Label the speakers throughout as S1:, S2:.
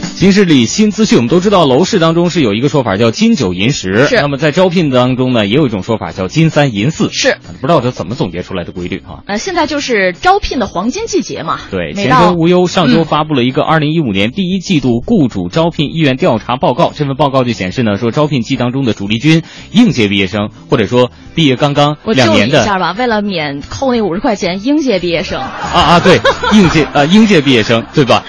S1: 新势力新资讯，我们都知道楼市当中是有一个说法叫金九银十，
S2: 是
S1: 那么在招聘当中呢，也有一种说法叫金三银四，啊
S2: 是
S1: 不知道这怎么总结出来的规律啊？
S2: 呃，现在就是招聘的黄金季节嘛。
S1: 对，
S2: 每
S1: 前
S2: 到嗯
S1: 程无忧上周发布了一个二零一五年第一季度雇主招聘意愿调查报告，这份报告就显示呢，说招聘季当中的主力军应届毕业生，或者说毕业刚刚
S2: 我
S1: 两
S2: 救你
S1: 年
S2: 一
S1: 的
S2: 下吧，为了免扣那五十块钱，应届毕业生。
S1: 啊啊，对，应届啊应届毕业生，对吧？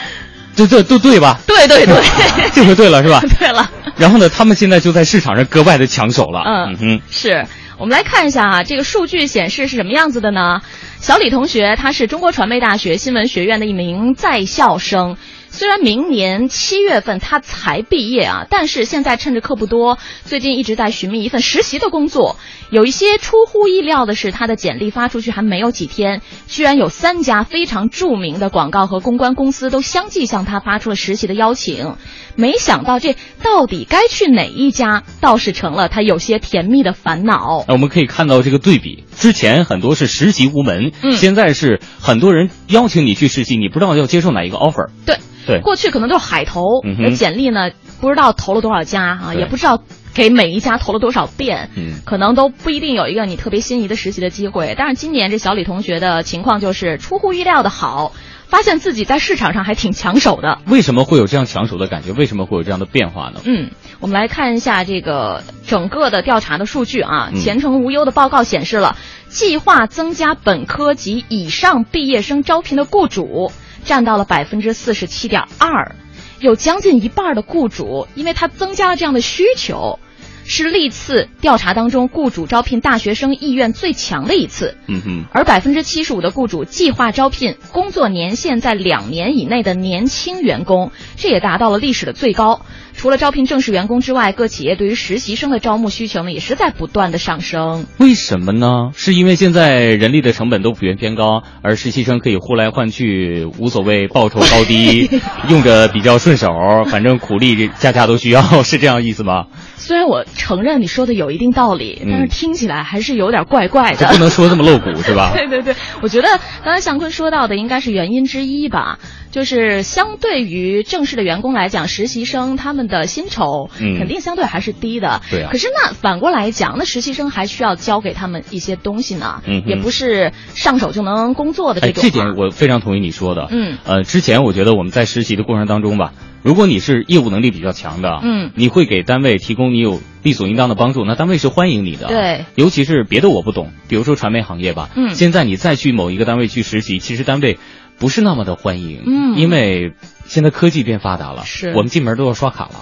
S1: 这这都 对吧？
S2: 对对 对，
S1: 这回对了是 吧？
S2: 对了，
S1: 然后呢，他们现在就在市场上格外的抢手了。
S2: 嗯
S1: 哼，
S2: 是我们来看一下啊，这个数据显示是什么样子的呢？小李同学他是中国传媒大学新闻学院的一名在校生。虽然明年七月份他才毕业啊，但是现在趁着课不多，最近一直在寻觅一份实习的工作。有一些出乎意料的是，他的简历发出去还没有几天，居然有三家非常著名的广告和公关公司都相继向他发出了实习的邀请。没想到这到底该去哪一家，倒是成了他有些甜蜜的烦 恼。
S1: 那我们可以看到这个对比，之前很多是实习无门，
S2: 嗯
S1: 现在是很多人邀请你去实习，你不知道要接受哪一个 offer。
S2: 对，
S1: 对，
S2: 过去可能都是海投，
S1: 嗯哼
S2: 那简历呢不知道投了多少家啊，
S1: 对
S2: 也不知道给每一家投了多少遍，
S1: 嗯
S2: 可能都不一定有一个你特别心仪的实习的机会。但是今年这小李同学的情况就是出乎意料的好，发现自己在市场上还挺抢手的。
S1: 为什么会有这样抢手的感觉？为什么会有这样的变化呢？
S2: 嗯，我们来看一下这个整个的调查的数据啊。
S1: 嗯
S2: 前程无忧的报告显示了，计划增加本科及以上毕业生招聘的雇主占到了百分之四十七点二，有将近一半的雇主因为他增加了这样的需求，是历次调查当中雇主招聘大学生意愿最强的一次。
S1: 嗯哼，
S2: 而百分之七十五的雇主计划招聘工作年限在两年以内的年轻员工，这也达到了历史的最高。除了招聘正式员工之外，各企业对于实习生的招募需求呢，也是在不断的上升。
S1: 为什么呢？是因为现在人力的成本都普遍偏高，而实习生可以呼来唤去，无所谓报酬高低， 用着比较顺手，反正苦力家家都需要，是这样意 思吗？
S2: 虽然我承认你说的有一定道理，但是
S1: 嗯
S2: 听起来还是有点怪怪
S1: 这
S2: 的。
S1: 哎不能说这么露骨是吧？
S2: 对对对，我觉得刚才向坤说到的应该是原因之一吧，就是相对于正式的员工来讲，实习生他们的薪酬
S1: 嗯
S2: 肯定相对还是低的。
S1: 对啊
S2: 可是那反过来讲，那实习生还需要教给他们一些东西呢，
S1: 嗯哼
S2: 也不是上手就能工作的
S1: 哎，
S2: 这种啊、
S1: 这点我非常同意你说的。
S2: 嗯
S1: 呃，之前我觉得我们在实习的过程当中吧，如果你是业务能力比较强的，
S2: 嗯
S1: 你会给单位提供你有力所应当的帮助，那单位是欢迎你的。
S2: 对，
S1: 尤其是别的我不懂，比如说传媒行业吧，
S2: 嗯
S1: 现在你再去某一个单位去实习，其实单位不是那么的欢迎，
S2: 嗯
S1: 因为现在科技变发达了，
S2: 是
S1: 我们进门都要刷卡 了，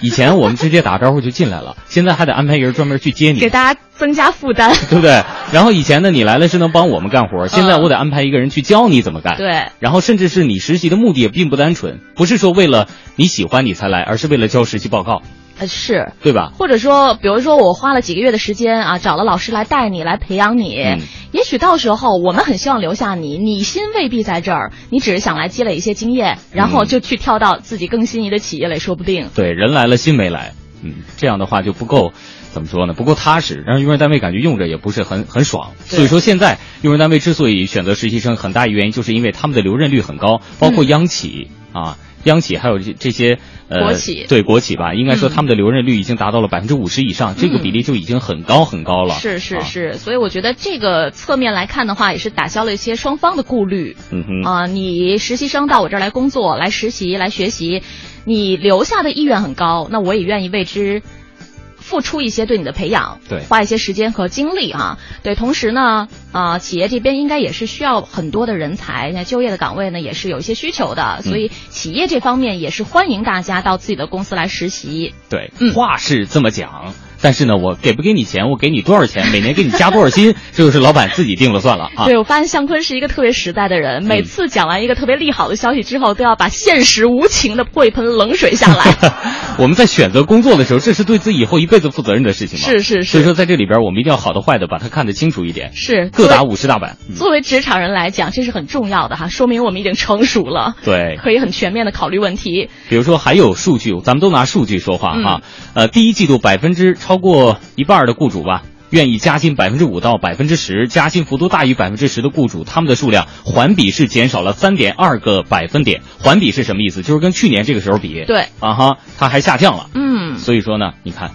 S1: 以前我们直接打招呼就进来了，现在还得安排人专门去接你，
S2: 给大家增加负 担。
S1: 对不对？然后以前呢，你来了是能帮我们干活，现在我得安排一个人去教你怎么干。
S2: 嗯对
S1: 然后甚至是你实习的目的也并不单纯，不是说为了你喜欢你才来，而是为了交实习报告，
S2: 呃，是。
S1: 对吧？
S2: 或者说，比如说我花了几个月的时间啊，找了老师来带你，来培养你。
S1: 嗯
S2: 也许到时候我们很希望留下你，你心未必在这儿，你只是想来积累一些经验，然后就去跳到自己更心仪的企业来，说不定。
S1: 对，人来了心没来，嗯，这样的话就不够，怎么说呢？不够踏实，让用人单位感觉用着也不是很很爽。
S2: 对
S1: 所以说现在用人单位之所以选择实习生，很大一原因就是因为他们的留任率很高，包括央企、啊。央企还有这这些呃
S2: 嗯国企
S1: 对国企吧，应该说
S2: 嗯
S1: 他们的留任率已经达到了百分之五十以上，这个比例就已经很高很高了。
S2: 是是
S1: 啊，
S2: 是，所以我觉得这个侧面来看的话，也是打消了一些双方的顾虑。
S1: 嗯哼。
S2: 啊、你实习生到我这儿来工作、来实习、来学习，你留下的意愿很高，那我也愿意为之付出一些对你的培养，
S1: 对
S2: 花一些时间和精力啊。对，同时呢，啊、企业这边应该也是需要很多的人才，那就业的岗位呢也是有一些需求
S1: 嗯
S2: 的，所以企业这方面也是欢迎大家到自己的公司来实习。
S1: 对，
S2: 嗯
S1: 话是这么讲，但是呢，我给不给你钱，我给你多少钱，每年给你加多少薪，这就是老板自己定了算了啊。 嗯
S2: 对，我发现向坤是一个特别实在的人，每次讲完一个特别利好的消息之后，都要把现实无情的泼一盆冷水下来。
S1: 我们在选择工作的时候，这是对自己以后一辈子负责任的事情嘛。
S2: 是是
S1: 所
S2: 是
S1: 以说，在这里边，我们一定要好的坏的把它看得清楚一点，
S2: 是，
S1: 各打五十大板。嗯
S2: 作为职场人来讲，这是很重要的哈，说明我们已经成熟了，
S1: 对，
S2: 可以很全面的考虑问题。
S1: 比如说还有数据，咱们都拿数据说话
S2: 嗯
S1: 哈、呃，第一季度百分之超超过一半儿的雇主吧。愿意加薪百分之五到百分之十，加薪幅度大于百分之十的雇主，他们的数量环比是减少了三点二个百分点。环比是什么意思？就是跟去年这个时候比，
S2: 对，
S1: 啊哈，它还下降了。
S2: 嗯，
S1: 所以说呢，你看，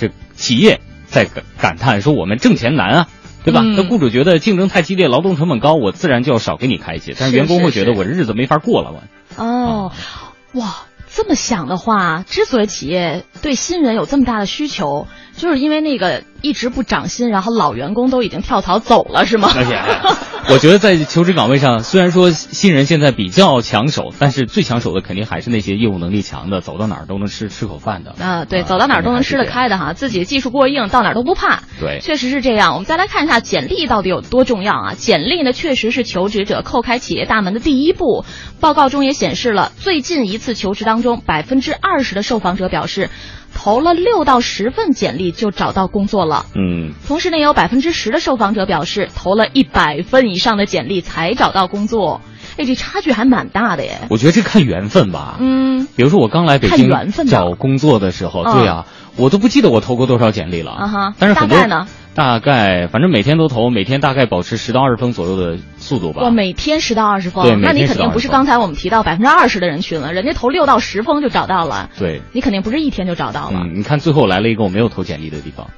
S1: 这企业在感感叹说我们挣钱难啊。对吧？
S2: 嗯
S1: 那、雇主觉得竞争太激烈，劳动成本高，我自然就要少给你开一些。但
S2: 是
S1: 是员工
S2: 是
S1: 会觉得
S2: 是
S1: 我这日子没法过了，我
S2: 哦，
S1: 嗯
S2: 哇，这么想的话，之所以企业对新人有这么大的需求，就是因为那个一直不涨薪，然后老员工都已经跳槽走了，是吗？
S1: 而且，哎我觉得在求职岗位上，虽然说新人现在比较抢手，但是最抢手的肯定还是那些业务能力强的，走到哪儿都能吃吃口饭的。
S2: 啊，对，走到哪儿都能吃得开的哈，自己技术过硬，到哪儿都不怕。
S1: 对，
S2: 确实是这样。我们再来看一下简历到底有多重要啊？简历呢，确实是求职者叩开企业大门的第一步。报告中也显示了，最近一次求职当中，百分之二十的受访者表示，投了六到十份简历就找到工作了。
S1: 嗯，
S2: 同时呢，也有百分之十的受访者表示，投了一百份以上的简历才找到工作。哎，这差距还蛮大的耶。
S1: 我觉得这看缘分吧。
S2: 嗯
S1: 比如说我刚来北
S2: 看
S1: 京
S2: 缘分的
S1: 找工作的时候，
S2: 嗯
S1: 对啊，我都不记得我投过多少简历了。
S2: 啊哈，
S1: 但是
S2: 大
S1: 很多
S2: 概呢，
S1: 大概反正每天都投，每天大概保持十到二十分左右的速度吧。
S2: 哇，每天十到二十
S1: 对
S2: 封，
S1: 每
S2: 那你
S1: 天
S2: 肯
S1: 10到
S2: 定不是
S1: 20
S2: 刚才我们提到百分之二十的人群了，人家投六到十封就找到了，
S1: 对，
S2: 你肯定不是一天就找到了。
S1: 嗯，你看最后来了一个我没有投简历的地方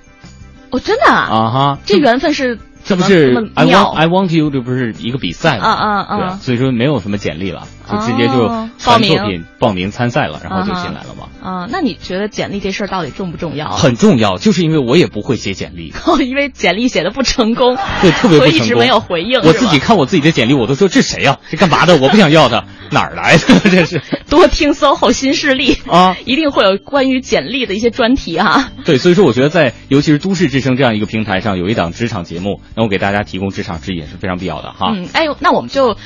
S2: 哦，真的啊，
S1: 啊哈，
S2: 这缘分是怎
S1: 这不
S2: 么
S1: 是
S2: 这么
S1: I
S2: 妙
S1: want I want you，这不是一个比赛吗？
S2: 啊啊啊
S1: 对所以说没有什么简历了，就直接就
S2: 哦
S1: 传作
S2: 报
S1: 品报名参赛了，然后就
S2: 啊哈
S1: 进来了嘛。
S2: 啊？那你觉得简历这事儿到底重不重要啊？
S1: 很重要，就是因为我也不会写简历，
S2: 因为简历写的不成功，
S1: 对，特别不
S2: 所以
S1: 成
S2: 一直
S1: 功
S2: 没有回应。
S1: 我
S2: 是
S1: 自己
S2: 吧
S1: 看我自己的简历，我都说这谁呀、这干嘛的？我不想要的，哪儿来的？ 这是
S2: 多听 SOHO 新势力。
S1: 啊，
S2: 一定会有关于简历的一些专题啊哈、
S1: 对，所以说我觉得在尤其是都市之声这样一个平台上，有一档职场节目，能够给大家提供职场指引是非常必要的哈。
S2: 嗯，哎呦，那我们就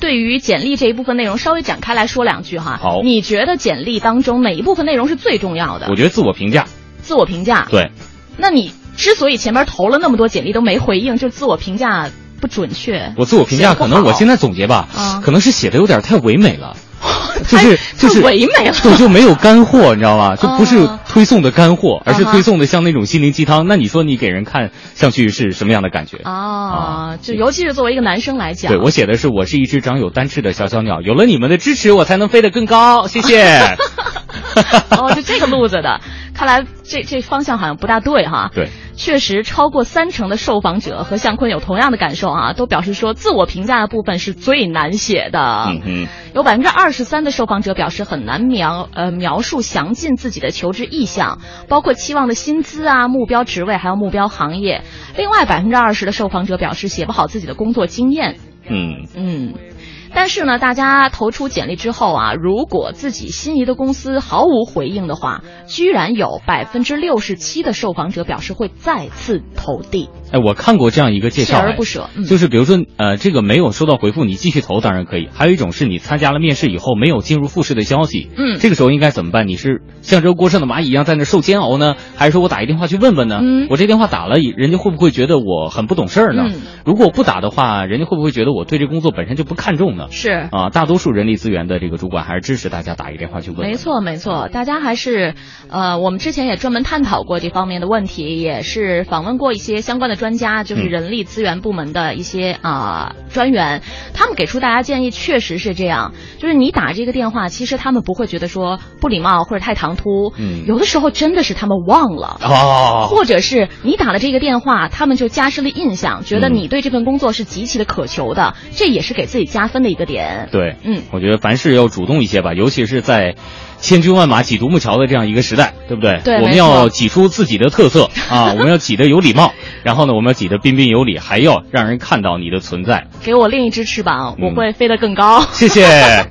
S2: 对于简历这一部分内容稍微展开来说两句哈。
S1: 好
S2: 你觉得简历当中哪一部分内容是最重要的
S1: 我？觉得自我评价，
S2: 自我评价。
S1: 对，
S2: 那你之所以前面投了那么多简历都没回应，就是自我评价不准确。
S1: 我自我评价
S2: 写得不
S1: 可能我
S2: 好
S1: 现在总结吧，
S2: 啊
S1: 可能是写的有点太唯美了， 就是
S2: 太
S1: 就是
S2: 哎唯美了
S1: 对，就没有干货，你知道吗？就不是
S2: 啊
S1: 推送的干货，而是
S2: 啊哈
S1: 推送的像那种心灵鸡汤。那你说你给人看上去是什么样的感觉？
S2: 啊，就尤其是作为一个男生来讲，
S1: 对我写的是我是一只长有单翅的小小鸟，有了你们的支持，我才能飞得更高。谢 谢。
S2: 哦，就这个路子的，看来这这方向好像不大对哈。
S1: 对，
S2: 确实，超过三成的受访者和向坤有同样的感受啊，都表示说自我评价的部分是最难写的。
S1: 嗯哼，
S2: 有百分之二十三的受访者表示很难描呃描述详尽自己的求职意向，包括期望的薪资啊、目标职位还有目标行业。另外百分之二十的受访者表示写不好自己的工作经验。
S1: 嗯，
S2: 嗯，但是呢，大家投出简历之后啊，如果自己心仪的公司毫无回应的话，居然有百分之六十七的受访者表示会再次投递，
S1: 哎，我看过这样一个介
S2: 锲
S1: 绍，
S2: 而
S1: 哎
S2: 不舍。嗯，
S1: 就是比如说，呃，这个没有收到回复，你继续投当然可以。还有一种是你参加了面试以后没有进入复试的消息，
S2: 嗯
S1: 这个时候应该怎么办？你是像这锅上的蚂蚁一样在那受煎熬呢，还是说我打一电话去问问呢？
S2: 嗯
S1: 我这电话打了，人家会不会觉得我很不懂事儿呢？
S2: 嗯
S1: 如果我不打的话，人家会不会觉得我对这工作本身就不看重呢？
S2: 是。
S1: 啊，大多数人力资源的这个主管还是支持大家打一电话去问问。
S2: 没错，没错，大家还是，呃，我们之前也专门探讨过这方面的问题，也是访问过一些相关的专家，就是
S1: 嗯
S2: 人力资源部门的一些啊、专员，他们给出大家建议，确实是这样，就是你打这个电话，其实他们不会觉得说不礼貌或者太唐突，
S1: 嗯
S2: 有的时候真的是他们忘了。
S1: 哦，
S2: 或者是你打了这个电话，他们就加深了印象，觉得
S1: 嗯
S2: 你对这份工作是极其的渴求的，这也是给自己加分的一个点。
S1: 对，
S2: 嗯，
S1: 我觉得凡事要主动一些吧，尤其是在千军万马挤独木桥的这样一个时代，对不对？
S2: 对
S1: 我
S2: 没
S1: 们
S2: 错
S1: 要挤出自己的特 色啊，我们要挤得有礼貌，然后呢，我们要挤得彬彬有礼，还要让人看到你的存在。
S2: 给我另一只翅膀，我
S1: 嗯
S2: 会飞得更高。
S1: 谢谢。